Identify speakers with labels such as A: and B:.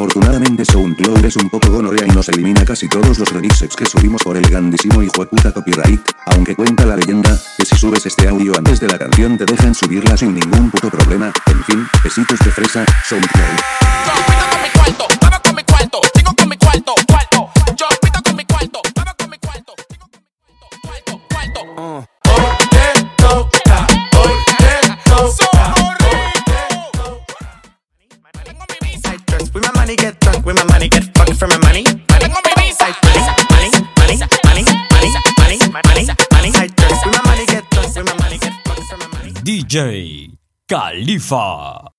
A: Desafortunadamente SoundCloud es un poco gonorrea y nos elimina casi todos los remixes que subimos por el grandísimo hijo de puta copyright, aunque cuenta la leyenda, que si subes este audio antes de la canción te dejan subirla sin ningún puto problema, en fin, besitos de fresa, SoundCloud.
B: DJ Califa.